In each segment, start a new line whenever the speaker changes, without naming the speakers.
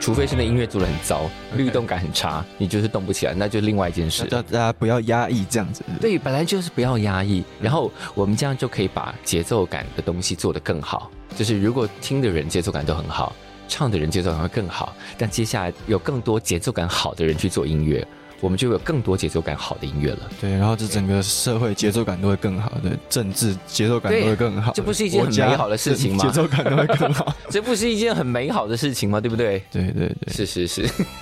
除非是那音律做的很糟，律动感很差，你就是动不起来，那就是另外一件事。
叫大家不要压抑这样子。
对，本来就是不要压抑，然后我们这样就可以把节奏感的东西做得更好。就是如果听的人节奏感都很好，唱的人节奏感会更好，但接下来有更多节奏感好的人去做音乐，我们就有更多节奏感好的音乐了。
对，然后这整个社会节奏感都会更好的，政治节奏感
对
都会更好的，
这不是一件很美好的事情吗
国家节奏感都会 更好。
这不是一件很美好的事情吗？对不对？
对对对，
是是是。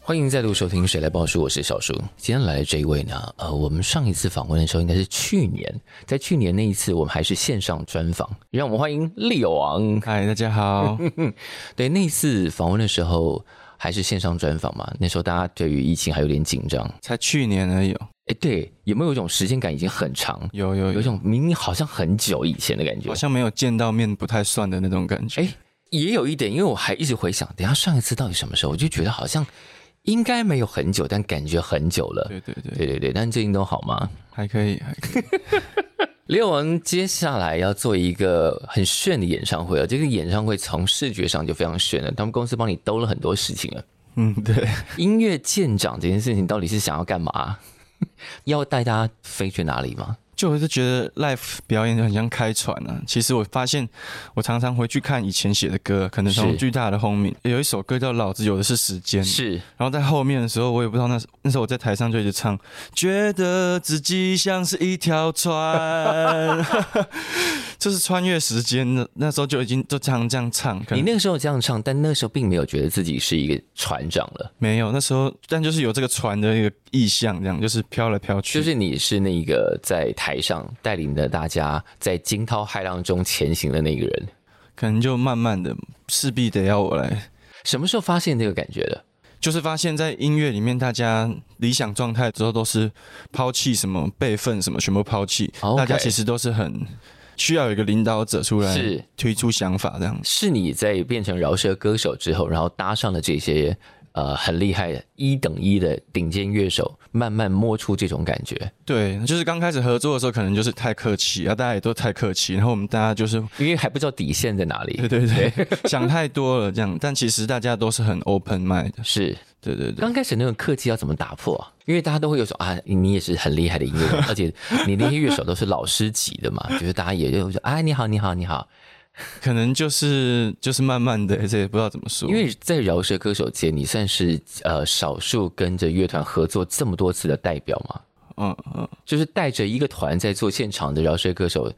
欢迎再度收听《谁来报数》，我是小叔。今天来的这一位呢，呃，我们上一次访问的时候应该是去年，在去年那一次我们还是线上专访，让我们欢迎利王。
嗨，大家好。
嗯对，那一次访问的时候还是线上专访嘛，那时候大家对于疫情还有点紧张。
才去年而已哦，
哎，对，有没有一种时间感已经很长，
有有
有一
有，
种明明好像很久以前的感觉
好？像没有见到面不太算的那种感觉。
哎也有一点，因为我还一直回想，等一下上一次到底什么时候，我就觉得好像应该没有很久，但感觉很久了。
对对对，
对对对，但最近都好吗？
还可以，还可以。
李友王接下来要做一个很炫的演唱会了，这个演唱会从视觉上就非常炫了，他们公司帮你兜了很多事情了。
嗯，对，
音乐舰长这件事情到底是想要干嘛？ 要带大家飞去哪里吗？
就我是觉得 l i f e 表演很像开船啊。其实我发现，我常常回去看以前写的歌，可能从
是
《巨大的轰鸣》有一首歌叫《老子有的是时间》，
是
然后在后面的时候，我也不知道那时那时候我在台上就一直唱，觉得自己像是一条船， 就是穿越时间的。那时候就已经就常这样唱，可
你
能
那个时候这样唱，但那个时候并没有觉得自己是一个船长了，
没有那时候，但就是有这个船的一个意象，这样就是飘来飘去。
就是你是那个在台上带领着大家在惊涛骇浪中前行的那个人。
可能就慢慢的势必得要我来，
什么时候发现这个感觉的？
就是发现，在音乐里面，大家理想状态之后都是抛弃什么辈分什么，全部抛弃。
哦 OK
大家其实都是很需要有一个领导者出来
是
推出想法这样。
是你在变成饶舌歌手之后，然后搭上了这些呃很厉害的一等一的顶尖乐手，慢慢摸出这种感觉。
对，就是刚开始合作的时候，可能就是太客气啊，大家也都太客气，然后我们大 家就是
因为还不知道底线在哪
对
里。
对对，想太多了这样。但其实大家都是很 open mind 的，
是
对对对，
刚开始那种客气要怎么打破啊？因为大家都会有说啊，你也是很厉害的音乐人，而且你那些乐手都是老师级的嘛，就是大家也就说啊，你好，你好，你好。
可能就是就是慢慢的，这也不知道怎么说，
因为在饶舌歌手界，你算是呃少数跟着乐团合作这么多次的代表嘛，
嗯嗯，
就是带着一个团在做现场的饶舌歌手，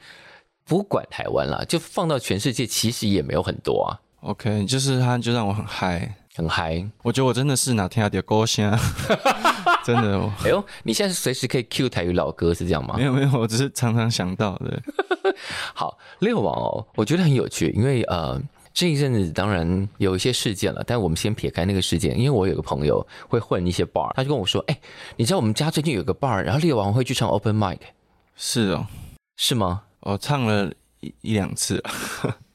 不管台湾啦，就放到全世界其实也没有很多啊，
OK，就是他就让我很嗨，
很嗨。
我觉得我真的是哪天要点歌声， 真的我
哎呦，你现在是随时可以 cue 台语老歌是这样吗
没？有没有，我只是常常想到的，
好，六王哦，我觉得很有趣，因为呃。这一阵子当然有一些事件了，但我们先撇开那个事件，因为我有个朋友会混一些 bar，他就跟我说：“哎、你知道我们家最近有个 bar，然后六王会去唱 open mic，
是哦，
是吗？
我唱了一一两次，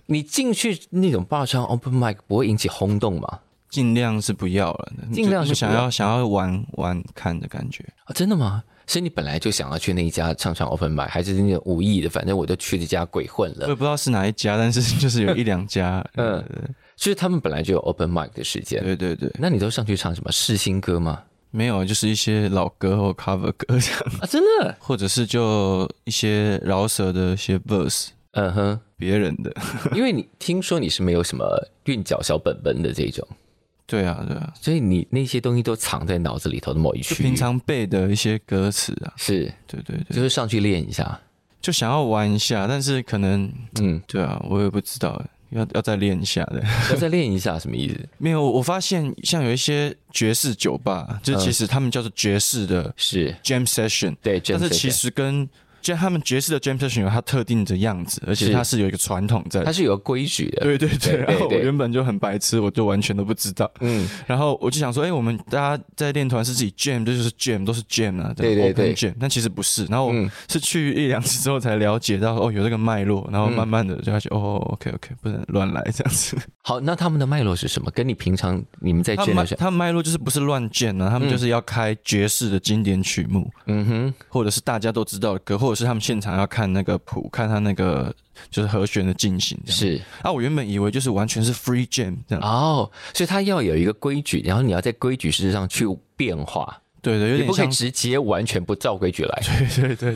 你进去那种 bar 唱 open mic 不会引起轰动吗？
尽量是不要了，
尽量是
就
不要
想要想要玩玩看的感觉。
啊，真的吗？所以你本来就想要去那一家唱唱 open mic，还是那种无意的？反正我都去这家鬼混
我
了
也。不知道是哪一家，但是 就是有一两家。
嗯
嗯，
就是他们本来就有 open mic 的时间，
对对对，
那你都上去唱什么试新歌吗？
没有，就是一些老歌或 cover 歌这样，
啊，真的？
或者是就一些饶舌的一些 verse，
嗯哼。
别人的。
因为你听说你是没有什么韵脚小本本的这种，
对啊，对啊，
所以你那些东西都藏在脑子里头的某一
就
区域。
平常背的一些歌词啊，
是
对对对，
就是上去练一下，
就想要玩一下，但是可能，
嗯，
对啊，我也不知道，要要再练一下的。
要再练一下什么意思？
没有，我发现像有一些爵士嗯酒吧，就其实他们叫做爵士的
是
jam session，
对，
但是
jam session
其实跟就他们爵士的 jam session 有它特定的样子，而且
是
它是有一个传统在的
它。是有个规矩的。
对对
对
对，然后我
对
原本就很白痴，我就完全都不知道。
嗯，
然后我就想说，哎、我们大家在练团是自己 jam，这就是 jam，都是 jam 啊，
对对
open
对
jam，但其实不是。然后我
嗯
是去一两次之后才了解到，哦，有这个脉络，然后
嗯
慢慢的就发现，哦，OK OK，不能乱来这样子。
好，那他们的脉络是什么？跟你平常你们在
他
卷
们脉
的时候，
他们脉络就是不是乱 jam 啊，他们就是要开爵士的经典曲目，
嗯哼，
或者是大家都知道的歌，或者是他们现场要看那个谱，看他那个就是和弦的进行这样。
是
啊，我原本以为就是完全是 free jam 这样，
哦，所以它要有一个规矩，然后你要在规矩事上去变化，
对对，有
你
点
不可以
像
直接完全不照规矩来。
对对对，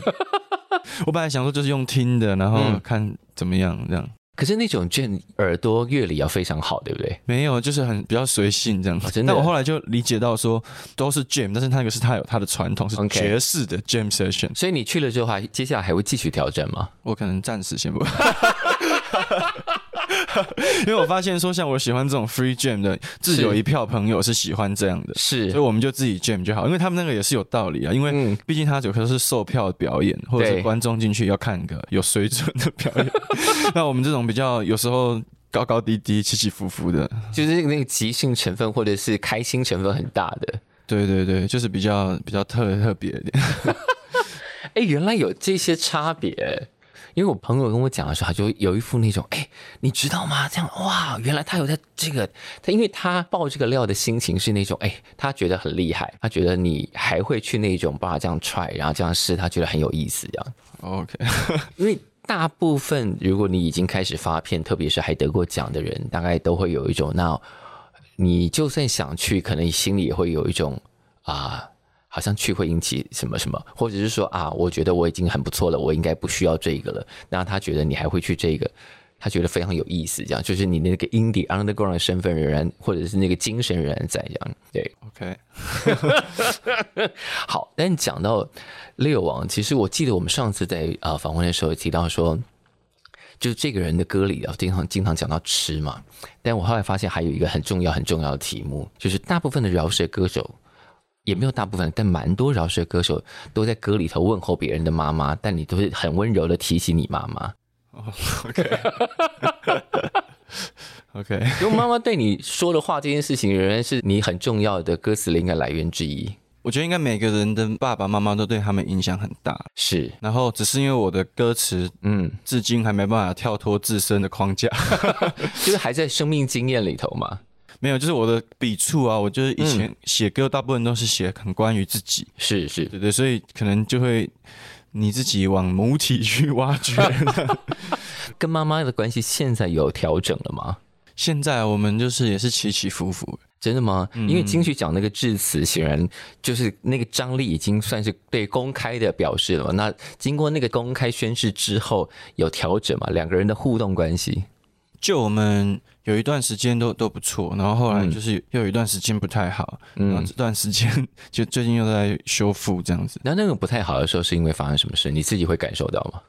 我本来想说就是用听的，然后
嗯
看怎么样这样。
可是那种卷耳朵乐理要非常好，对不对？
没有，就是很比较随性这样。
哦
子。
真的
但我后来就理解到说，都是 jam，但是那个是它有它的传统，是
OK
爵士的 jam session。
所以你去了之后还接下来还会继续调整吗？
我可能暂时先 不，因为我发现说，像我喜欢这种 free jam 的，自己有一票朋友是喜欢这样的，
是
所以我们就自己 jam 就好。因为他们那个也是有道理啊，因为
嗯
毕竟他有可能是售票表演，或者
对
是观众进去要看个有水准的表 演。那我们这种比较有时候高高低低、起起伏伏的，
就是那个即兴成分或者是开心成分很大的。
对对对，就是比较比较特特别一点。
哎，原来有这些差别。因为我朋友跟我讲的时候，他就有一副那种，哎，你知道吗？这样哇，原来他有在这个，他因为他爆这个料的心情是那种，哎，他觉得很厉害，他觉得你还会去那种吧这样 try，然后这样试，他觉得很有意思这样。
OK，
因为大部分如果你已经开始发片，特别是还得过奖的人，大概都会有一种，那你就算想去，可能心里也会有一种啊。好像去会引起什么什么，或者是说啊，我觉得我已经很不错了，我应该不需要这个了。那他觉得你还会去这个，他觉得非常有意思，这样就是你那个 indie underground 的身份仍然，或者是那个精神仍然在这样。对，
OK，
好，但讲到六王，其实我记得我们上次在啊访问的时候也提到说，就是这个人的歌里啊，经常经常讲到吃嘛，但我后来发现还有一个很重要很重要的题目，就是大部分的饶舌歌手。也没有大部分，但蛮多饶舌歌手都在歌里头问候别人的妈妈，但你都是很温柔的提起你妈妈。
OK，
因为妈妈对你说的话这件事情，仍然是你很重要的歌词灵感来源之一。
我觉得应该每个人的爸爸妈妈都对他们影响很大，
是，
然后只是因为我的歌词
嗯，
至今还没办法跳脱自身的框架，
就是还在生命经验里头嘛。
没有，就是我的笔触啊，我
嗯
就是以前写歌大部分都是写很关于自己，
是是，
对对，所以可能就会你自己往母体去挖掘。
跟妈妈的关系现在有调整了吗？
现在我们就是也是起起伏伏，
真的吗？因为金曲奖那个致辞，显然就是那个张力已经算是被公开的表示了嘛。那经过那个公开宣誓之后，有调整嘛？两个人的互动关系，
就我们有一段时间都都不错，然后后来就是又有一段时间不太好，然后
嗯，
这段时间就最近又在修复这样子。
那那种不太好的时候，是因为发生什么事？你自己会感受到吗？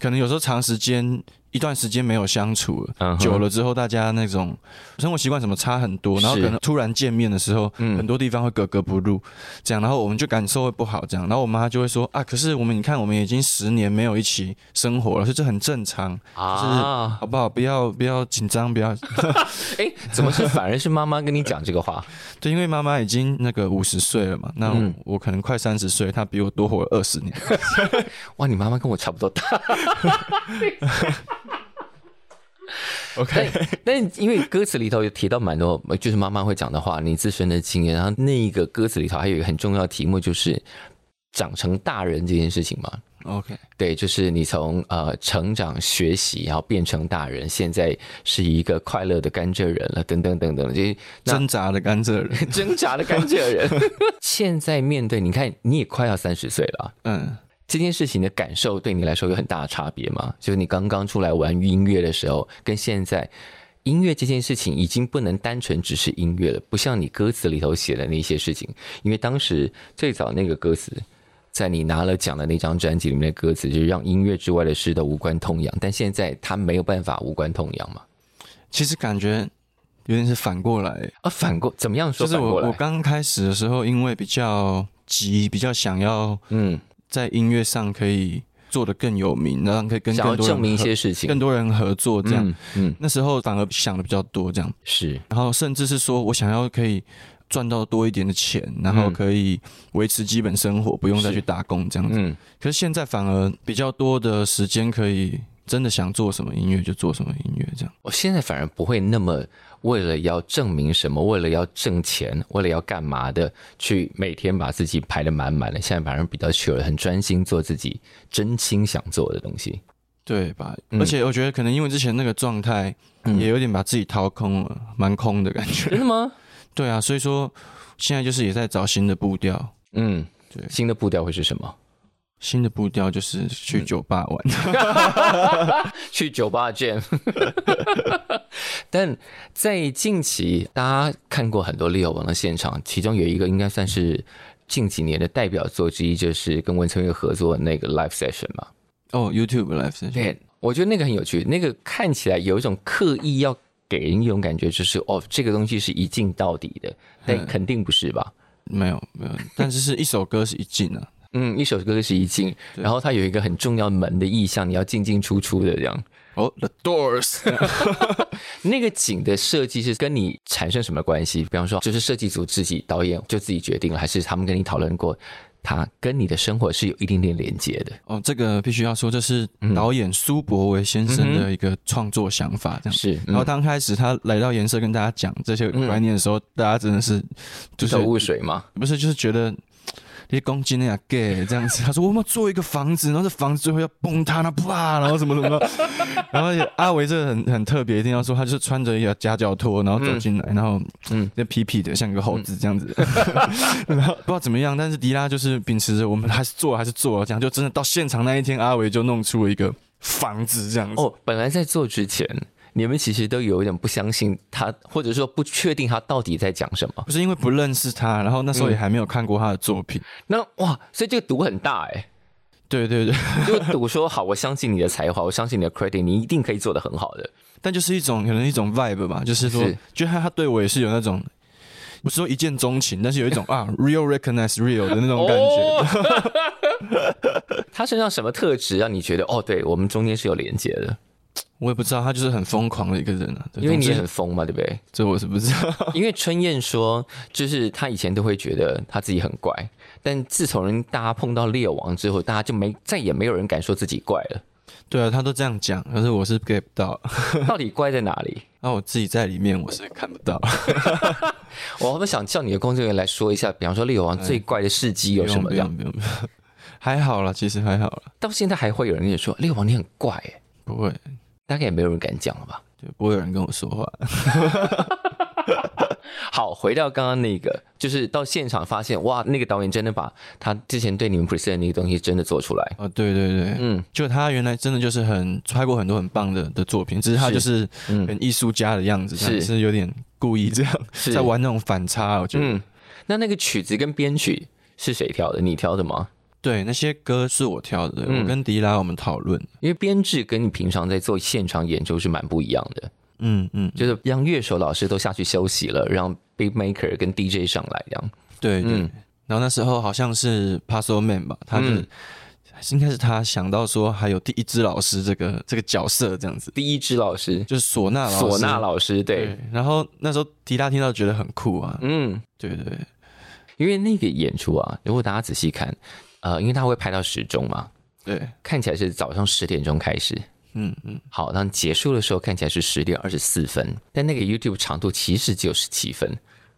可能有时候长时间一段时间没有相处了，
嗯哼
久了之后，大家那种生活习惯什么差很多，然后
是
可能突然见面的时候，
嗯
很多地方会格格不入，这样，然后我们就感受会不好，这样，然后我妈就会说啊，可是我们你看，我们已经十年没有一起生活了，所以这很正常，
啊，
好不好？不要不要紧张，不要
哎，怎么是反而是妈妈跟你讲这个话？
对，因为妈妈已经那个五十岁了嘛，那我,、
嗯
可能快三十岁，她比我多活了二十 年，
哇，你妈妈跟我差不多大。
OK，
但 但因为歌词里头有提到蛮多，就是妈妈会讲的话，你自身的经验，然后那一个歌词里头还有一个很重要的题目，就是长成大人这件事情嘛。
OK，
对，就是你从呃成长、学习，然后变成大人，现在是一个快乐的甘蔗人了，等等等等，就是那
挣扎的甘蔗人，
挣扎的甘蔗人。现在面对，你看你也快要三十岁了啊，
嗯，
这件事情的感受对你来说有很大的差别吗？就是你刚刚出来玩音乐的时候，跟现在音乐这件事情已经不能单纯只是音乐了，不像你歌词里头写的那些事情，因为当时最早那个歌词。在你拿了奖的那张专辑里面的歌词，就是让音乐之外的事都无关痛痒，但现在它没有办法无关痛痒嘛？
其实感觉有点是反过来。
啊，反过怎么样
就
说
是
反
我
过来？
我刚开始的时候，因为比较急，比较想要
嗯，
在音乐上可以做的更有名，然后可以跟
想要
更多人
证明一
合
些事情，
更多人合作这样。
嗯嗯
那时候反而想的比较多这样，
是
然后甚至是说我想要可以赚到多一点的钱，然后
嗯
可以维持基本生活，不用再
是
去打工这样子。
嗯
可是现在反而比较多的时间可以真的想做什么音乐就做什么音乐这样。
我现在反而不会那么为了要证明什么，为了要挣钱，为了要干嘛的，去每天把自己排得满满的。现在反而比较 chill 了，很专心做自己真心想做的东西。
对吧？
嗯
而且我觉得可能因为之前那个状态，
嗯
也有点把自己掏空了，蛮空的感觉。
真的吗？
对啊，所以说现在就是也在找新的步调，
嗯，
对
新的步调会是什么？
新的步调就是去酒吧玩。
去酒吧 jam。但在近期，大家看过很多 Leo 王的现场，其中有一个应该算是近几年的代表作之一，就是跟文成月合作的那个 live session 嘛。
哦、y o u t u b e Live
对，我觉得那个很有趣，那个看起来有一种刻意要给人一种感觉，就是哦，这个东西是一镜到底的，但
嗯
肯定不是吧？
没有 没有，但是是一首歌是一进啊，
嗯，一首歌是一镜，
对
然后它有一个很重要门的意象，你要进进出出的这样。
哦、t h e Doors，
那个景的设计是跟你产生什么关系？比方说，就是设计组自己导演就自己决定了，还是他们跟你讨论过，它跟你的生活是有一点点连接的？
哦，这个必须要说，这是导演苏博维先生的一个创作想法，这样。
是，
然后刚开始他来到颜色跟大家讲这些观念的时候，大家真的是就
一
是
头雾水嘛。
不是，就是觉得你攻击那样 gay 这样子。他说我们要做一个房子，然后这房子最后要崩塌，那啪，然后什么什么。 然后阿维这个很很特别，一定要说他就是穿着一个夹脚拖，然后走进来，然后
嗯
嗯，就痞痞的像个猴子这样子。 然后不知道怎么样，但是迪拉就是秉持着我们还是做还是做，这样就真的到现场那一天，阿维就弄出了一个房子这样子。
哦，本来在做之前，你们其实都有一点不相信他，或者说不确定他到底在讲什么。
不是因为不认识他，然后那时候也还没有看过他的作品。
那哇，所以这个赌很大哎、
对对对，
就赌说好，我相信你的才华，我相信你的 credit，你一定可以做得很好的。
但就是一种可能一种 vibe 吧，就是说
是，
就他他对我也是有那种，不是说一见钟情，但是有 一种啊 real recognize real 的那种感觉。
哦、 他身上什么特质让你觉得哦，对我们中间是有连接的？
我也不知道，他就是很疯狂的一个人啊。对
因为你
总
也
之
很疯嘛，对不对？
这我是不知道。
因为春燕说，就是她以前都会觉得她自己很怪，但自从人大家碰到猎王之后，大家就没再也没有人敢说自己怪了。
对啊，他都这样讲，可是我是 get 不 到，
到底怪在哪里？
那、我自己在里面我是看不到。
我好哦想叫你的工作人员来说一下，比方说猎王最怪的事迹 有什么
哎不
这
用
样？
不用不用， 还好啦，其实还好啦，
到现在还会有人跟你说猎王你很怪、欸，
不会，
大概也没有人敢讲了吧？
对，不会有人跟我说话。
好，回到刚刚那个，就是到现场发现，哇，那个导演真的把他之前对你们 present 的那个东西真的做出来。
哦，对对对，
嗯
就他原来真的就是很拍过很多很棒的的作品，只是他
是
就是
嗯
很艺术家的样子，
是
但是有点故意这样
是
在玩那种反差，我觉得、
嗯，那那个曲子跟编曲是谁挑的？你挑的吗？
对那些歌是我挑的，
嗯
我跟迪拉我们讨论，
因为编制跟你平常在做现场演出是蛮不一样的，
嗯嗯，
就是让乐手老师都下去休息了，让 beat maker 跟 DJ 上来这样。
对对。
嗯
然后那时候好像是 Puzzle Man 吧，他就是、
嗯
应该是他想到说还有第一只老师这个这个角色这样子，
第一支老师，
就是唢呐老师，
唢呐老师，对，
对。然后那时候迪拉听到觉得很酷啊，
嗯，
对对对，
因为那个演出啊，如果大家仔细看，呃，因为它会拍到时钟嘛，
对，
看起来是早上十点钟开始，
嗯嗯，
好，那结束的时候看起来是十点二十四分，但那个 YouTube 长度其实只有十七分，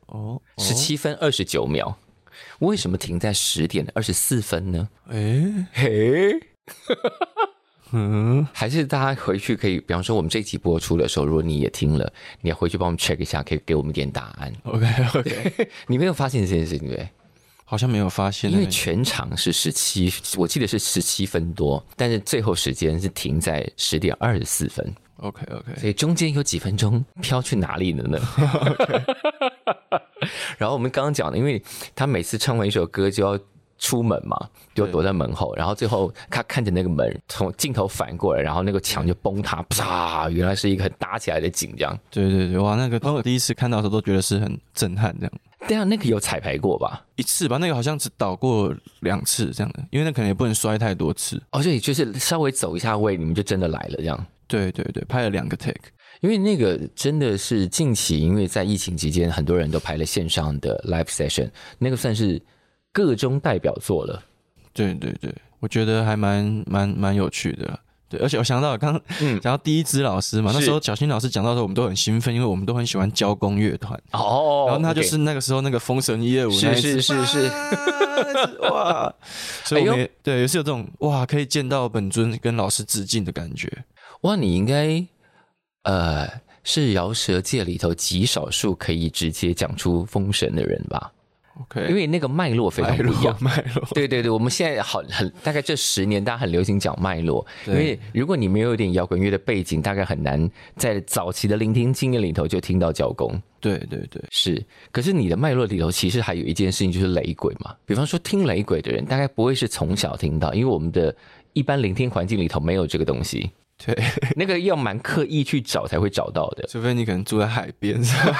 哦，哦
十，七分二十九秒。为什么停在十点二十四分呢？
哎，
嘿，
嗯。
还是大家回去可以，比方说我们这期播出的时候，如果你也听了，你要回去帮我们 check 一下，可以给我们一点答案。
OK OK，
你没有发现这件事情对不对？
好像没有发现、
因为
欸
全长是十七，我记得是十七分多，但是最后时间是停在十点二十四分，
OK OK，
所以中间有几分钟飘去哪里了 呢？然后我们刚刚讲的，因为他每次唱完一首歌就要出门嘛，就
对
躲在门后，然后最后他看着那个门从镜头反过来，然后那个墙就崩塌，啪！原来是一个很搭起来的景，这样。
对对对，哇，那个朋友第一次看到的时候都觉得是很震撼，这样
对啊，那个有彩排过吧？
一次吧，那个好像只倒过两次这样的，因为那可能也不能摔太多次。
哦，所以就是稍微走一下位，你们就真的来了这样。
对对对，拍了两个 take，
因为那个真的是近期，因为在疫情期间，很多人都排了线上的 live session，那个算是各中代表作了。
对对对，我觉得还蛮蛮蛮有趣的啦。对，而且我想到刚
嗯
讲到第一支老师嘛，那
是
时候小新老师讲到的时候，我们都很兴奋，因为我们都很喜欢交工乐团，
哦，
然后他就
OK
是那个时候那个《封神一二五》那
是
一支
是是是，
哇！ 所以
哎
我
呦
们也、对也是有这种哇，可以见到本尊跟老师致敬的感觉。
哇，你应该呃是饶舌界里头极少数可以直接讲出封神的人吧？
OK，
因为那个脉络非常
脉
不
络
一样。
脉络，
对对对，我们现在好很大概这十年，大家很流行讲脉络，因
对
为如果你没有一点摇滚乐的背景，大概很难在早期的聆听经验里头就听到交工。
对对对，
是，可是你的脉络里头其实还有一件事情就是雷鬼嘛。比方说听雷鬼的人，大概不会是从小听到，因为我们的一般聆听环境里头没有这个东西。
对，
那个要蛮刻意去找才会找到的。
除非你可能住在海边上，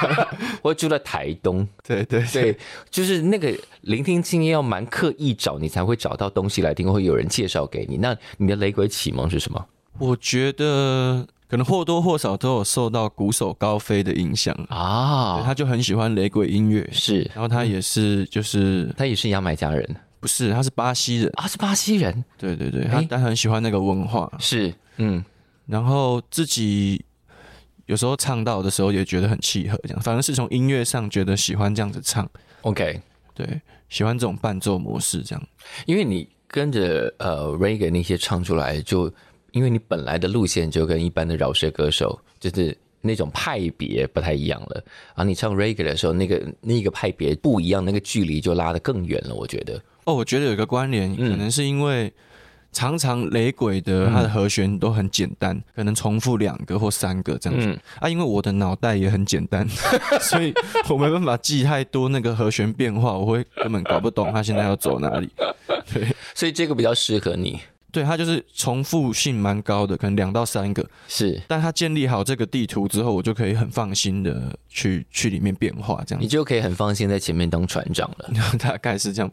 我住在台东，
对对对，
对，就是那个聆听经验要蛮刻意找，你才会找到东西来听，会有人介绍给你。那你的雷鬼启蒙是什么？
我觉得可能或多或少都有受到鼓手高飞的影响，对
啊，
他就很喜欢雷鬼音乐，
是嗯
然后他也是就是
他也是牙买加人
不是他是巴西人，
啊，是巴西人，
对对对，
哎
他他很喜欢那个文化，
是嗯，
然后自己有时候唱到的时候也觉得很契合，这样，反正是从音乐上觉得喜欢这样子唱，
OK，
对，喜欢这种伴奏模式这样，
因为你跟着呃 reggae 那些唱出来，就因为你本来的路线就跟一般的饶舌歌手就是那种派别不太一样了，然后你唱 reggae 的时候，那个那个派别不一样，那个距离就拉得更远了。我觉得
哦，我觉得有一个关联，可能是因为常常雷鬼的它的和弦都很简单，可能重复两个或三个这样子、
嗯
啊。因为我的脑袋也很简单，所以我没办法记太多那个和弦变化，我会根本搞不懂它现在要走哪里。
所以这个比较适合你，
对，它就是重复性蛮高的，可能两到三个。
是
但它建立好这个地图之后，我就可以很放心的去去里面变化，这样
你就可以很放心在前面当船长了。
子大概是这 样。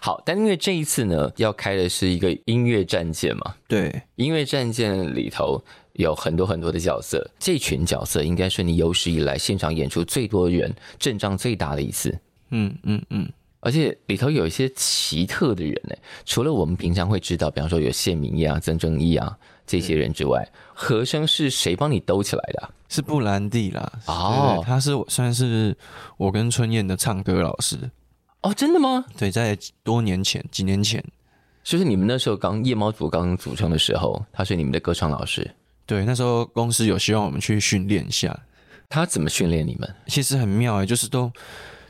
好，但因为这一次呢，要开的是一个音乐战舰嘛，
对，
音乐战舰里头有很多很多的角色，这群角色应该是你有史以来现场演出最多人、阵仗最大的一次。
嗯嗯嗯，
而且里头有一些奇特的人呢，除了我们平常会知道，比方说有谢明义啊、曾正义啊这些人之外，和声是谁帮你兜起来的啊、
是布兰蒂啦。
哦
对对他是我算是我跟春燕的唱歌老师。
哦，真的吗？
对，在多年前，几年前，
就是你们那时候刚夜猫组刚组成的时候，他是你们的歌唱老师，
对，那时候公司有希望我们去训练一下，
他怎么训练你们？
其实很妙哎、就是都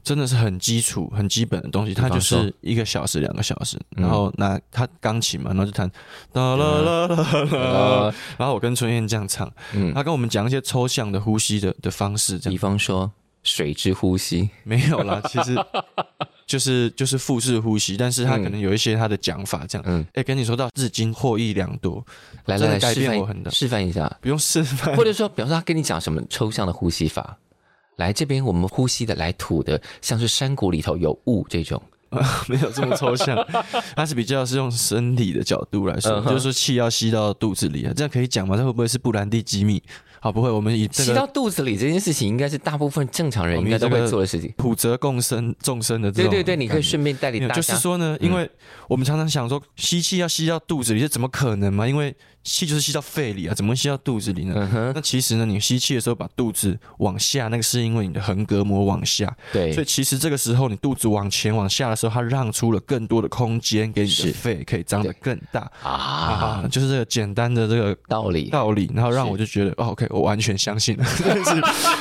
真的是很基础、很基本的东西，它就
比方
是一个小时、两个小时，然后拿他钢琴嘛，然后就弹哒啦啦啦啦，然后我跟春燕这样唱，
嗯
他跟我们讲一些抽象的呼吸的的方式，这
比
样
方说水之呼吸，
没有 啦，其实就是就是腹式呼吸，但是他可能有一些他的讲法这样，
嗯
嗯，哎、跟你说到至今获益良多，
来
真
来
的
来，
改
示
变
范
我很大
示范一下，
不用示 范，
或者说，比方说他跟你讲什么抽象的呼吸法，来这边我们呼吸的，来吐的，像是山谷里头有雾这种。
没有这么抽 象，它是比较是用身体的角度来说，
嗯哼
就是说气要吸到肚子里啊，这样可以讲吗？这会不会是布兰蒂机密？好，不会，我们以这
吸到
个
肚子里这件事情，应该是大部分正常人
我
应该
们以
都
哦这个
会做的事情。
普泽共生众生的这
对
种，
对对，你可以。顺便带
没
领
有
大家。嗯
就是说呢，因为我们常常想说吸气要吸到肚子里，这怎么可能嘛？因为吸就是吸到肺里啊，怎么会吸到肚子里呢？
嗯哼，
那其实呢，你吸气的时候把肚子往下，那个是因为你的横膈膜往下，所
对
以，其实这个时候你肚子往前往下的时候，它让出了更多的空间给你
是
的肺可以张得更大
啊，
啊，就是这个简单的这个
道理。
道理，然后让我就觉得哦，OK，我完全相 信了，但是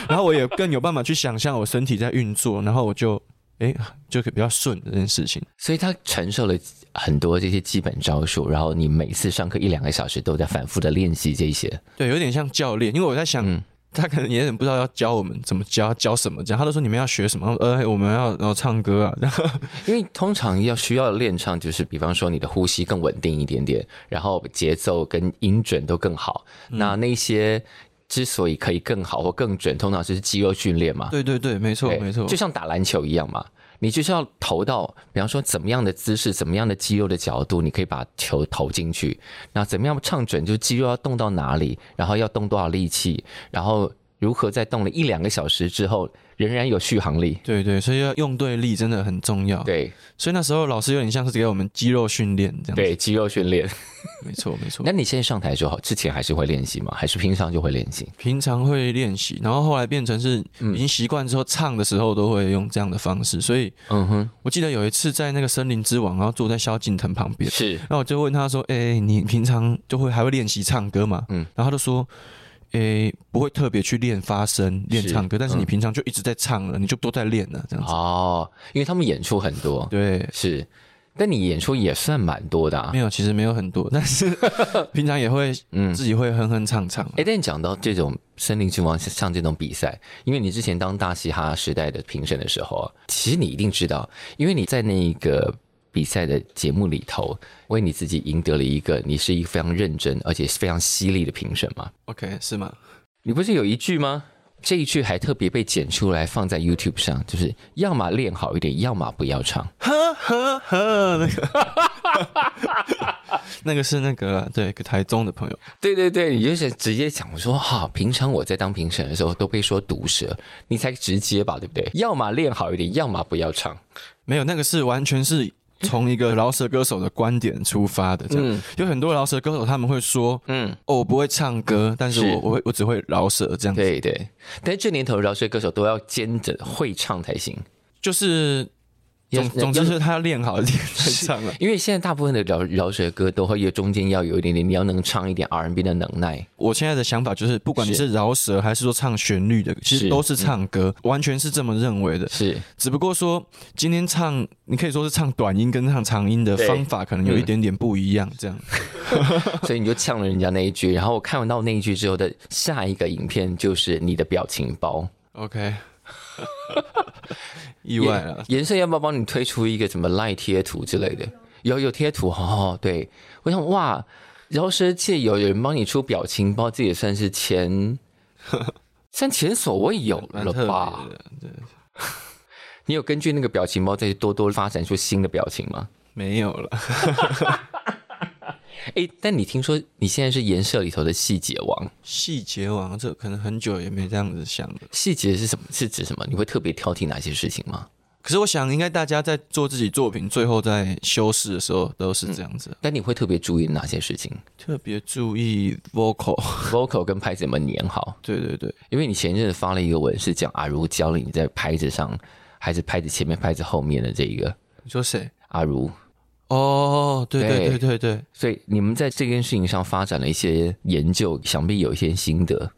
然后我也更有办法去想象我身体在运作，然后我就哎就可以比较顺这件事情。
所以他承受了很多这些基本招数，然后你每次上课一两个小时都在反复的练习这些。
对，有点像教练，因为我在想。
嗯
他可能也很不知道要教我们怎么教教什么，这样他都说你们要学什么，呃，我们要然后唱歌啊， 然后
因为通常要需要练唱，就是比方说你的呼吸更稳定一点点，然后节奏跟音准都更好。那
嗯
那些之所以可以更好或更准，通常就是肌肉训练嘛。
对对对，没错
对
没错
就，像打篮球一样嘛，你就是要投到，比方说怎么样的姿势、怎么样的肌肉的角度，你可以把球投进去。那怎么样唱准，就是肌肉要动到哪里，然后要动多少力气，然后如何在动了一两个小时之后仍然有续航力。
对对，所以要用对力真的很重要。，
对
所以那时候老师有点像是给我们肌肉训练这样。，
对，肌肉训练。
没错没错
那。你现在上台之后，之前还是会练习吗？还是平常就会练习？
平常会练习，然后后来变成是已经习惯之后，唱的时候都会用这样的方式。所以
嗯哼，
我记得有一次在那个森林之王，然后坐在萧敬腾旁边，
是
那我就问他说：“哎、你平常就会还会练习唱歌吗？”
嗯
然后他就说：“哎、不会特别去练发声、练唱歌，但是嗯你平常就一直在唱了，你就都在练了，这样子。
哦，因为他们演出很多，
对，
是，但你演出也算蛮多的啊
没。有，其实没有很多，但是 平常也会
嗯，
自己会哼哼唱啊唱。
哎，但你讲到这种森林之王像这种比赛，因为你之前当大嘻哈时代的评审的时候啊，其实你一定知道，因为你在那个比赛的节目里头，为你自己赢得了一个你是一个非常认真而且非常犀利的评审嘛。
OK，是吗？
你不是有一句吗？这一句还特别被剪出来放在 YouTube 上，就是要么练好一点，要么不要唱。
呵呵呵，那个 那个是那个啦对，一个台中的朋友。
对对对，你就是直接讲我说哈、平常我在当评审的时候都被说毒舌，你才直接吧，对不对？要么练好一点，要么不要唱。
没有，那个是完全是从一个饶舌歌手的观点出发的。这样，有很多饶舌歌手他们会说，
嗯
嗯，哦，我不会唱歌，但是
是
我我会我只会饶舌这样子。
对对，但是这年头饶舌歌手都要兼着会唱才行，
就是
要
总总之
要
是他要练好一点再唱了。
因为现在大部分的饶饶舌歌都会有中间要有一点点，你要能唱一点 R&B 的能耐。
我现在的想法就是，不管你是饶舌还是说唱旋律的，其
是嗯
实都是唱歌，完全是这么认为的。
是
只不过说今天唱，你可以说是唱短音跟唱长音的
对嗯
方法可能有一点点不一样，这样。
所以你就呛了人家那一句，然后我看完到那一句之后的下一个影片就是你的表情包。
OK，意外了。
颜色要不要帮你推出一个什么赖贴图之类的？有有贴图哦，对，我想哇，饶舌界有人帮你出表情包，这也算是 前算前所未有
蛮
了
特别
吧？
的，
你有根据那个表情包再多多发展出新的表情吗？
没有了。
诶，但你听说你现在是颜社里头的细节王，
细节王，这可能很久也没这样子想了。
细节是什么？是指什么？你会特别挑剔哪些事情吗？
可是我想，应该大家在做自己作品，最后在修饰的时候都是这样子，
但你会特别注意哪些事情
特别注意 vocal。
？vocal 跟拍子怎么粘好？
对对对，
因为你前一阵子发了一个文，是讲阿如教了你在拍子上，还是拍子前面、拍子后面的这一个
你说谁？
阿如，
哦，对
对
对对对对，
所以你们在这件事情上发展了一些研究，想必有一些心得。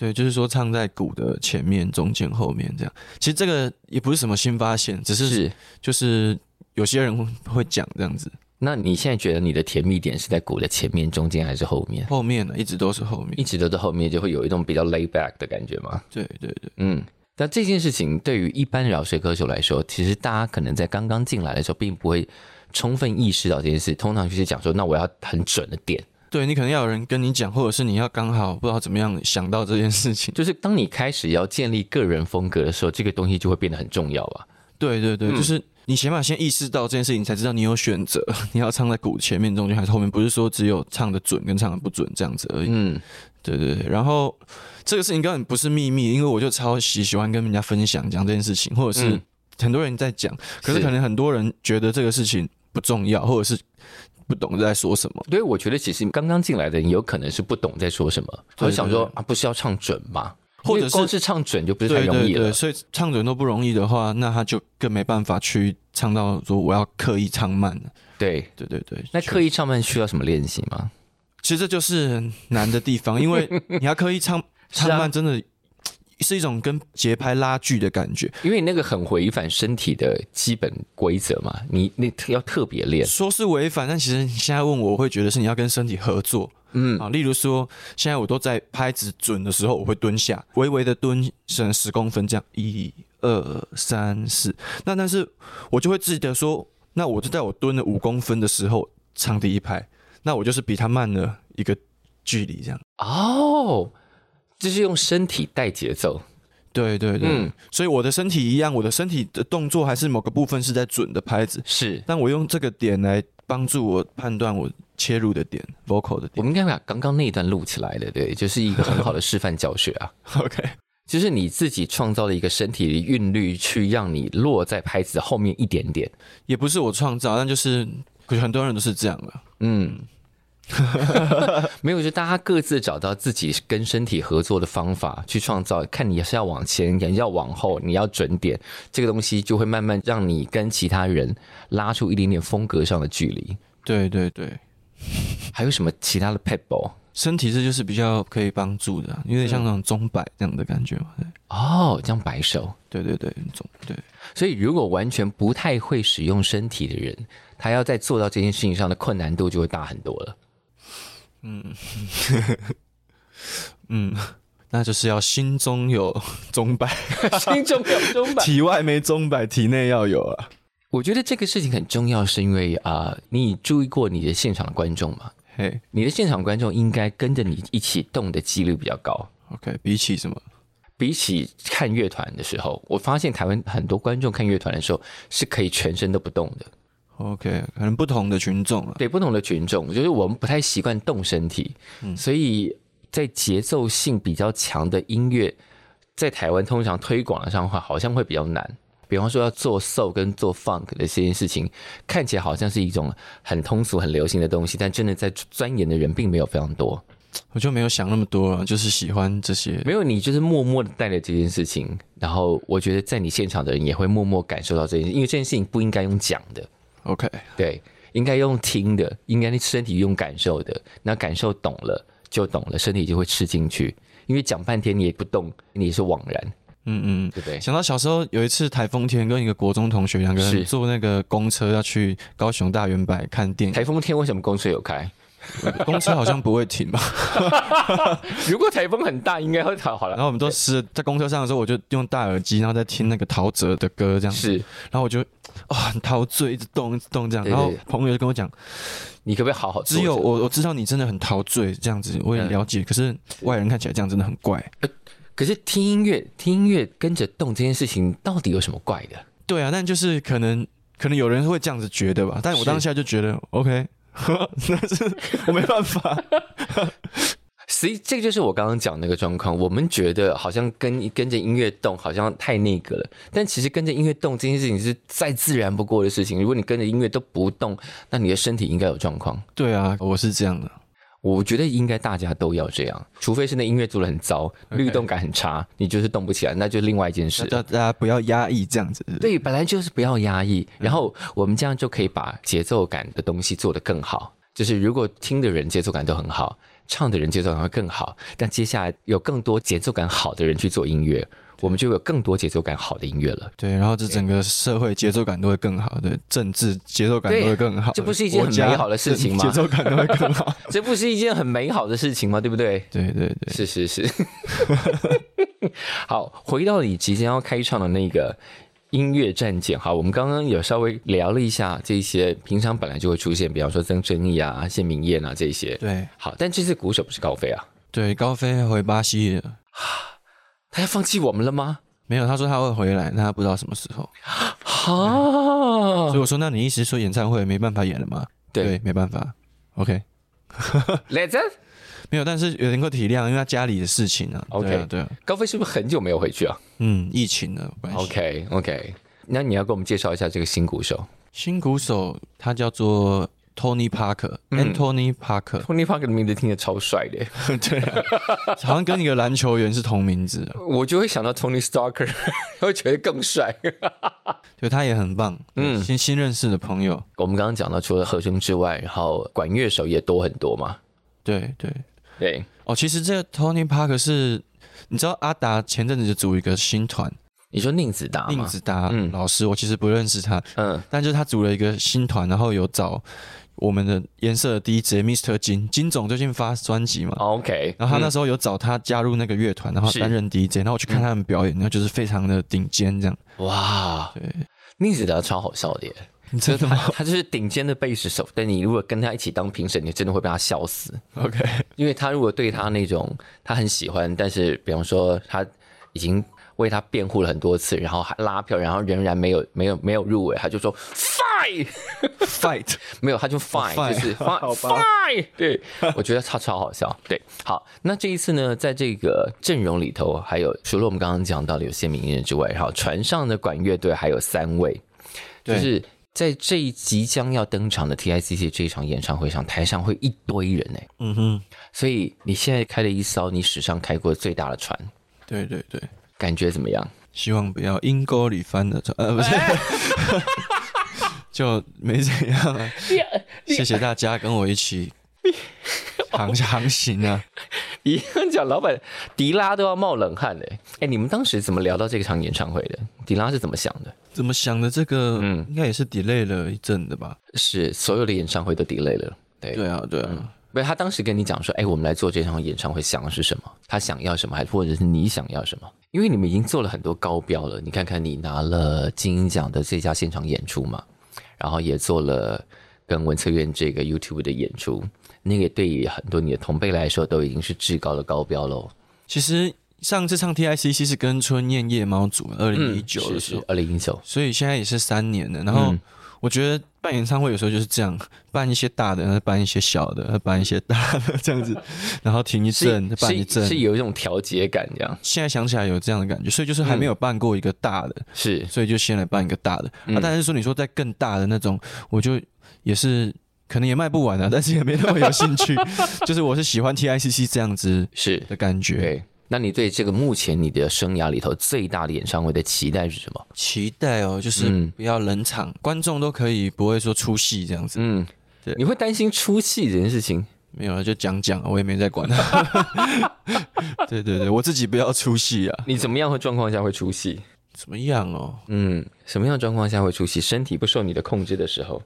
对，就是说唱在鼓的前面、中间、后面这样。其实这个也不是什么新发现，只是
是，
就是有些人会会讲这样子，
那你现在觉得你的甜蜜点是在鼓的前面、中间还是后面？
后面呢啊一直都是后面
一。直都在后面，就会有一种比较 lay back 的感觉吗？
对对对，
嗯，但这件事情对于一般饶舌歌手来说，其实大家可能在刚刚进来的时候，并不会充分意识到这件事。通常就是讲说，那我要很准的点，
对你可能要有人跟你讲，或者是你要刚好不知道怎么样想到这件事情。
就是当你开始要建立个人风格的时候，这个东西就会变得很重要啊吧？
对对对，就是你起码先意识到这件事情，你才知道你有选择，你要唱在鼓前面、中间还是后面，不是说只有唱的准跟唱的不准这样子而已。
嗯，
对对对，然后这个事情根本不是秘密，因为我就超级喜欢跟人家分享讲这件事情，或者是
嗯
很多人在讲，可是
是
可能很多人觉得这个事情不重要，或者是不懂在说什么。
所以我觉得其实刚刚进来的人有可能是不懂在说什么，
对
我想说
对
啊，不是要唱准吗？
或者
因为光
是
是唱准就不是太
对
容
对
易了。
对，所以唱准都不容易的话，那他就更没办法去唱到说我要刻意唱慢了。
对
对对对，
那刻意唱慢需要什么练习吗？
其实这就是难的 地方，因为你要刻意唱
是啊
唱慢，真的是一种跟节拍拉锯的感觉。
因为那个很违反身体的基本规则嘛，你那要特别练。
说是违反，但其实你现在问我，我会觉得是你要跟身体合作，
嗯
啊，例如说，现在我都在拍子准的时候，我会蹲下，微微的蹲，省十公分这样，一二三四。那但是我就会记得说，那我就在我蹲了五公分的时候唱第一拍，那我就是比他慢了一个距离这样。
哦，就是用身体带节奏，
对对对，
嗯
所以我的身体一样，我的身体的动作还是某个部分是在准的拍子，
是
但我用这个点来帮助我判断我切入的点，vocal 的
我们
点。
应该把刚刚那一段录起来了，对，就是一个很好的示范教学啊。
OK，
就是你自己创造了一个身体的韵律，去让你落在拍子后面一点点。
也不是我创造，但就是可是很多人都是这样啊的。
嗯，没有，就大家各自找到自己跟身体合作的方法去创造。看你是要往前，你要往后，你要准点，这个东西就会慢慢让你跟其他人拉出一点点风格上的距离。
对对对，
还有什么其他的 pebble？
身体这就是比较可以帮助的啊、有点像那种钟摆这样的感觉嘛。
哦，这样摆手。
对对对对，钟对
所以，如果完全不太会使用身体的人，他要在做到这件事情上的困难度就会大很多了。
嗯，那就是要心中 有钟摆，
心中有钟摆。
体外没钟摆，体内要有啊。
我觉得这个事情很重要，是因为啊、呃你注意过你的现场观众吗？
嘿、
你的现场观众应该跟着你一起动的几率比较高。
o k 比起什么？
比起看乐团的时候，我发现台湾很多观众看乐团的时候是可以全身都不动的。
OK，可能不同的群众啊，
对不同的群众，就是我们不太习惯动身体，所以在节奏性比较强的音乐，在台湾通常推广上的话，好像会比较难。比方说要做 soul 跟做 funk 的这件事情，看起来好像是一种很通俗、很流行的东西，但真的在钻研的人并没有非常多。
我就没有想那么多啊，就是喜欢这些。
没有你就是默默的带着这件事情，然后我觉得在你现场的人也会默默感受到这件事，因为这件事情不应该用讲的，
OK，
对，应该用听的，应该身体用感受的。那感受懂了就懂了，身体就会吃进去。因为讲半天你也不动，你也是枉然，
嗯嗯。
对不对？
想到小时候有一次台风天，跟一个国中同学两个
是
人坐那个公车要去高雄大圆柏看 电
台
影，
风天为什么公车有开？
公车好像不会停吧？
如果台风很大，应该会好好
然
了。
后我们都是在公车上的时候，我就用大耳机，然后在听那个陶喆的歌这样，
是
然后我就啊、很陶醉，一直动一直动这样，
对对
然后朋友就跟我讲，
你可不可以好好坐
只
着？
有我我知道你真的很陶醉这样子，
嗯
我也了解，可是外人看起来这样真的很怪。
可是听音乐，听音乐跟着动这件事情到底有什么怪的？
对啊，但就是可能可能有人会这样子觉得吧，但我
是
当下就觉得 OK，但是我没办法。
所以这个就是我刚刚讲那个状况，我们觉得好像跟跟着音乐动好像太那个了，但其实跟着音乐动这件事情是再自然不过的事情。如果你跟着音乐都不动，那你的身体应该有状况。
对啊，我是这样的。
我觉得应该大家都要这样，除非是那音乐做的很糟，律动感很差，你就是动不起来，那就另外一件事。
大大家不要压抑这样子。
对，本来就是不要压抑，然后我们这样就可以把节奏感的东西做得更好。就是如果听的人节奏感都很好，唱的人节奏感会更好，但接下来有更多节奏感好的人去做音乐，我们就有更多节奏感好的音乐了。
对，然后这整个社会节奏感都会更好，对，政治节奏感
对
都会更好，
这不是一件很美好的事情吗
国家节奏感都会更 好，
这不是一件很美好的事情吗？对不对？
对对对，
是是是。 好，回到你即将要开唱的那个音乐战舰。好，我们刚刚有稍微聊了一下这些平常本来就会出现，比方说曾正义啊、谢明燕啊这些。
对
好，但这次鼓手不是高飞啊，
对，高飞回巴西了，
他要放弃我们了吗？
没有，他说他会回来，但他不知道什么时候，
哈
所，以我说，那你意思说演唱会没办法演了吗？
哦对
没办法，OK，
，Let's it
没有，但是也能够体谅，因为他家里的事情啊
OK
对啊对啊，
高飞是不是很久没有回去啊
嗯，疫情的关系
？OK OK，那你要给我们介绍一下这个新鼓手
新鼓手他叫做 Tony
嗯
Parker，Anthony Parker，
Tony Parker 的名字听着超帅的，
对啊，好像跟一个篮球员是同名字啊，
我就会想到 Tony Starker，会觉得更帅。
对他也很棒，
嗯
嗯，新新认识的朋友，
我们刚刚讲到，除了和声之外，然后管乐手也多很多嘛。
对对，
对，
哦，其实这个 Tony Parker 是，你知道阿达前阵子就组一个新团，
你说宁子达
令
吗？
子达
嗯
老师，我其实不认识他，
嗯，
但就是他组了一个新团，然后有找我们的颜色的第一职业 Mr. 金金总最近发专辑嘛，
OK，
然后他那
嗯
时候有找他加入那个乐团，然后
是
担任 DJ，然后我去看他们表演，然后就是非常的顶尖这样。
哇，
对，
逆子的超好笑的耶，
你 真的吗
他就是顶尖的贝斯手，但你如果跟他一起当评审，你真的会被他笑死。
？OK，
因为他如果对他那种他很喜欢，但是比方说他已经为他辩护了很多次，然后还拉票，然后仍然没有没有没有入围，他就说 fine，
fight，
没有他就哦 fine，、
fine
就是 fine
好
fine，对 我觉得他超好笑。对，好，那这一次呢，在这个阵容里头，还有除了我们刚刚讲到的有些名人之外，然后船上的管乐队还有三位，就
对
是。在这一即将要登场的 TICC 这一场演唱会上，台上会一堆人哎、
嗯哼，
所以你现在开了一艘你史上开过最大的船，
对对对，
感觉怎么样？
希望不要阴沟里翻的船， 呃，不是，就没怎样啊、谢谢大家跟我一起航航行啊。
一样讲，老板迪拉都要冒冷汗嘞。哎、你们当时怎么聊到这场演唱会的？迪拉是怎么想的？
怎么想的？这个
嗯
应该也是 delay 了一阵的吧？
是所有的演唱会都 delay 了。对，
对啊，对啊，
不是他当时跟你讲说，哎、我们来做这场演唱会，想的是什么？他想要什么，还或者是你想要什么？因为你们已经做了很多高标了，你看看你拿了金鹰奖的最佳现场演出嘛，然后也做了跟文策院这个 YouTube 的演出，那个对于很多你的同辈来说都已经是至高的高标喽。
其实上次唱 TICC 是跟春燕夜猫组二零一九的时候，
嗯二零一九，
所以现在也是三年了。然后
嗯
我觉得办演唱会有时候就是这样， 办一些大的，再办一些小的，再办一些大的这样子， 然后停一阵，
是
再办一
是
阵
是。有一种调节感，这样
现在想起来有这样的感觉，所以就是还没有
嗯
办过一个大的，
是
所以就先来办一个大的。
嗯
啊，但是说你说在更大的那种，我就也是可能也卖不完啊，但 是也没那么有兴 趣。就是我是喜欢 TICC 这样子
是，
的感觉，
对。那你对这个目前你的生涯里头最大的演唱会的期待是什么？
期待哦，就是
嗯
不要冷场，观众都可以不会说出戏这样子，
嗯，
对
你会担心出戏这件事情？
没有啊，就讲讲，我也没在管。 对对对，我自己不要出戏啊，
你怎么样的状况下会出戏？
怎么样哦？
嗯，什么样的状况下会出戏？身体不受你的控制的时候，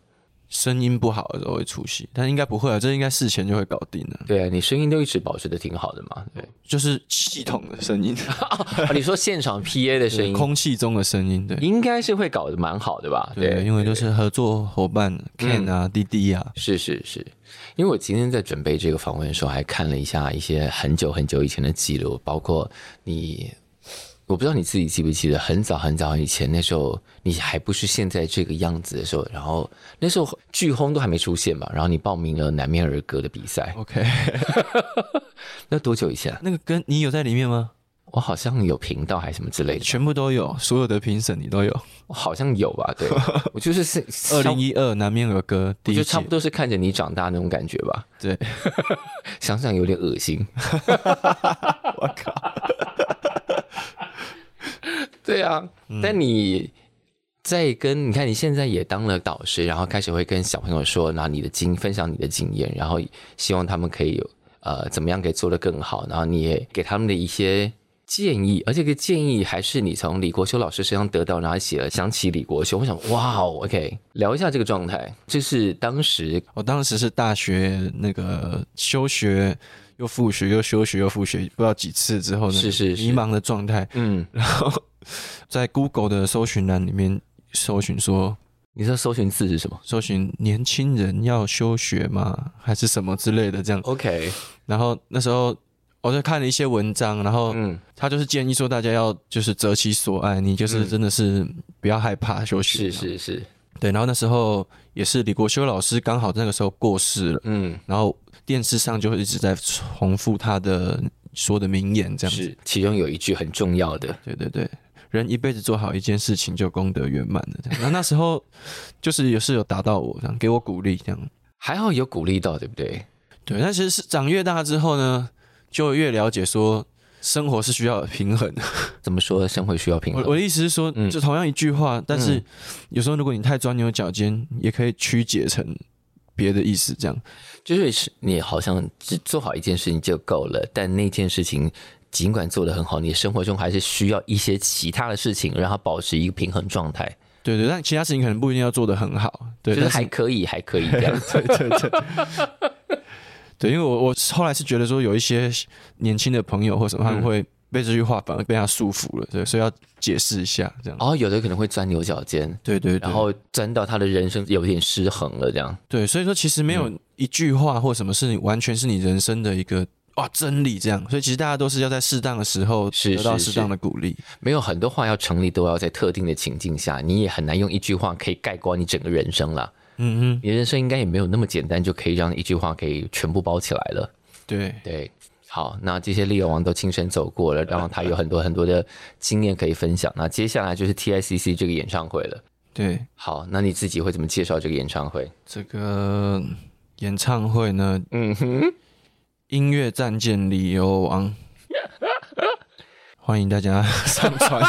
声音不好的时候会出戏，但应该不会啊，这应该事前就会搞定了、
对啊，你声音都一直保持的挺好的嘛。对，
就是系统的声音，
啊你说现场 PA 的声音，嗯
空气中的声音，对。
应该是会搞得蛮好的吧？
对，因为都是合作伙伴，Ken 啊、
嗯
滴滴啊，
是是是，因为我今天在准备这个访问的时候，还看了一下一些很久很久以前的记录，包括你，我不知道你自己记不记得，很早很早以前，那时候你还不是现在这个样子的时候，然后那时候剧轰都还没出现嘛，然后你报名了南面儿歌的比赛，
OK，
那多久以前啊？
那个跟你有在里面吗？
我好像有频道还是什么之类的，
全部都有，所有的评审你都有。
我好像有吧？ 对，我就是是
二零
一，
一二南面儿歌
我
第
就
一
差
届
不，多是看着你长大那种感觉吧，
对，
想想有点恶心。
我靠，
对啊，
嗯
但你在跟你看，你现在也当了导师，然后开始会跟小朋友说，拿你的经分享你的经验，然后希望他们可以有呃怎么样可以做得更好，然后你也给他们的一些建议，而这个建议还是你从李国修老师身上得到，然后写了想起李国修，我想哇哦，OK，聊一下这个状态，这是当时
我当时是大学那个休学又复学又休学又复学，不知道几次之后呢，
是是是
迷茫的状态，
嗯，
然后在 Google 的搜寻栏里面搜寻说，
你说搜寻字是什么
搜寻年轻人要休学吗？还是什么之类的这样，
？OK，
然后那时候。我就看了一些文章，然后
嗯，
他就是建议说大家要就是择其所爱，你就是
嗯
真的是不要害怕休息。
是是是，
对。然后那时候也是李国修老师刚好那个时候过世了，
嗯，
然后电视上就会一直在重复他的说的名言这样子。
是，其中有一句很重要的，
对对对，人一辈子做好一件事情就功德圆满了。这样然后那时候就是也是有打到我，这样给我鼓励这样。
还好有鼓励到，对不对？
对，但其实是长越大之后呢，就越了解说生活是需要 平衡的。
怎么说生活需要平
我
衡？
我的意思是说，
嗯
就同样一句话，但是
嗯
有时候如果你太钻牛角尖，也可以曲解成别的意思，这样
就是是你好像只做好一件事情就够了，但那件事情尽管做得很好，你生活中还是需要一些其他的事情，让它保持一个平衡状态。
对对，但其他事情可能不一定要做得很好，对，
就是
但
还可以，还可以这 样。
对对对。对，因为我我后来是觉得说，有一些年轻的朋友或什么，他们
嗯
会被这句话反而被他束缚了，对，所以要解释一下这样。
然后有的可能会钻牛角尖，
对对对，
哦然后钻到他的人生有点失衡了，这样。
对，所以说其实没有
嗯
一句话或什么是你完全是你人生的一个哇真理这样，所以其实大家都是要在适当的时候
是
得到
是
适当的鼓励。
没有很多话要成立，都要在特定的情境下，你也很难用一句话可以概括你整个人生啦。
嗯哼，
你的人生应该也没有那么简单，就可以让一句话给全部包起来了。
对
对，好，那这些力友王都亲身走过了，然后他有很多很多的经验可以分享。那接下来就是 TICC 这个演唱会了。
对，
好，那你自己会怎么介绍这个演唱会？
这个演唱会呢，
嗯哼，
音乐战舰理由王，欢迎 大家上船，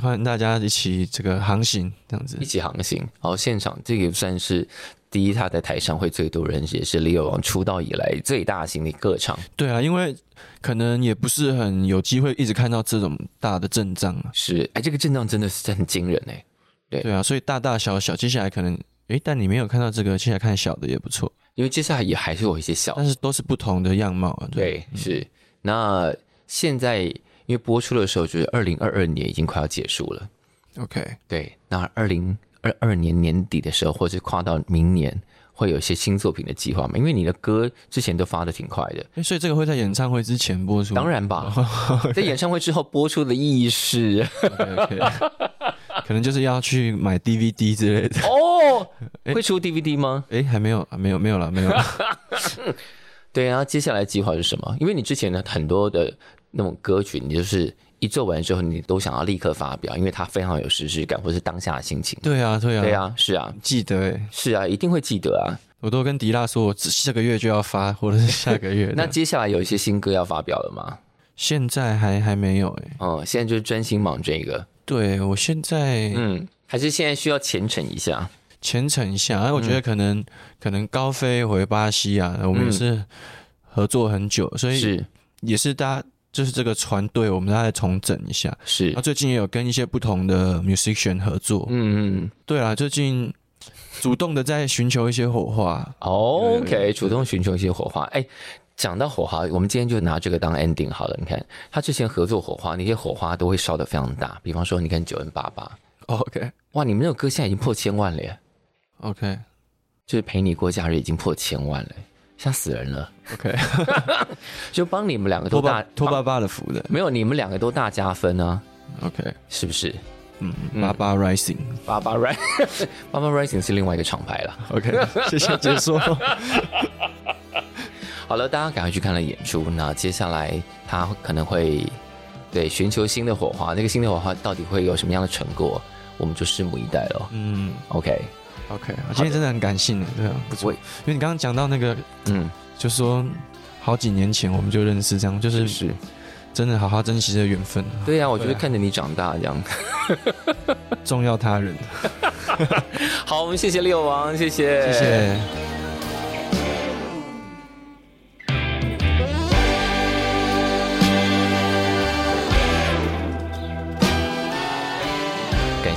欢迎大家一起这个航行这样子
一。起航行。好，现场这个算是第一，他在台上会最多人，也是力友王出道以来最大型的歌唱。
对啊，因为可能也不是很有机会一直看到这种大的阵仗啊。
是，哎，这个阵仗真的是很惊人哎、对
对啊，所以大大小小，接下来可能，诶，但你没有看到这个，接下来看小的也不错，
因为接下来也还是有一些小
但是都是不同的样貌啊。
对，嗯是。那现在因为播出的时候就是二零二二年已经快要结束了，
，OK，
对。那二零二二年年底的时候，或是跨到明年，会有一些新作品的计划嘛？因为你的歌之前都发的挺快的，
诶所以这个会在演唱会之前播出 吗。
当然吧，在演唱会之后播出的意义是
OK，OK，可能就是要去买 DVD 之类的。
哦， 会出 DVD 吗？
诶，还没有，啊没有，没有了，没有了。
对啊，接下来计划是什么？因为你之前的很多的那种歌曲，你就是一做完之后，你都想要立刻发表，因为它非常有实质感，或是当下的心情。
对啊，对啊，
对啊，是啊，
记得诶，
是啊，一定会记得啊。
我都跟迪拉说，我只下个月就要发，或者是下个月
。那
那
接下来有一些新歌要发表了吗？
现在还还没有诶。
哦、现在就是专心忙这个。
对我现在
嗯，还是现在需要虔诚一下。
虔诚一
嗯
下，哎，我觉得可能、可能高飞回巴西啊，我们也是合作很久，所以
嗯是
也是大家就是这个船队，我们大家重整一下。啊
是
那、，最近也有跟一些不同的 musician 合作，
嗯嗯。
对啦，最近主动的在寻求一些火花。有有
OK，主动寻求一些火花。哎，讲到火花，我们今天就拿这个当 ending 好了。你看，他之前合作火花，那些火花都会烧得非常大。比方说，你看九 N 八八，
OK
哇，你们那首歌现在已经破千万了耶！
OK
就是陪你过假日已经破千万了耶，吓死人了！
OK，
就帮你们两个
托
都
爸
大
托爸爸的福的
没有，你们两个都大加分啊，
OK，
是不是？
嗯，爸爸 rising
爸爸 Rising，爸 爸 Rising 是另外一个厂牌了。
OK，谢 谢解说。
好了，大家赶快去看了演出。那接下来他可能会对寻求新的火花，那个新的火花到底会有什么样的成果，我们就拭目以待了。
嗯
OK，
，OK，今天真的很感性的，对啊，不错，
我
因为你刚刚讲到那个
嗯，
就说好几年前我们就认识，这样就是
是，
真的好好珍惜这个缘分，
对呀、我就是
对啊
看着你长大这样。
重要他人，
好，我们谢谢六王，谢谢，
谢谢。
感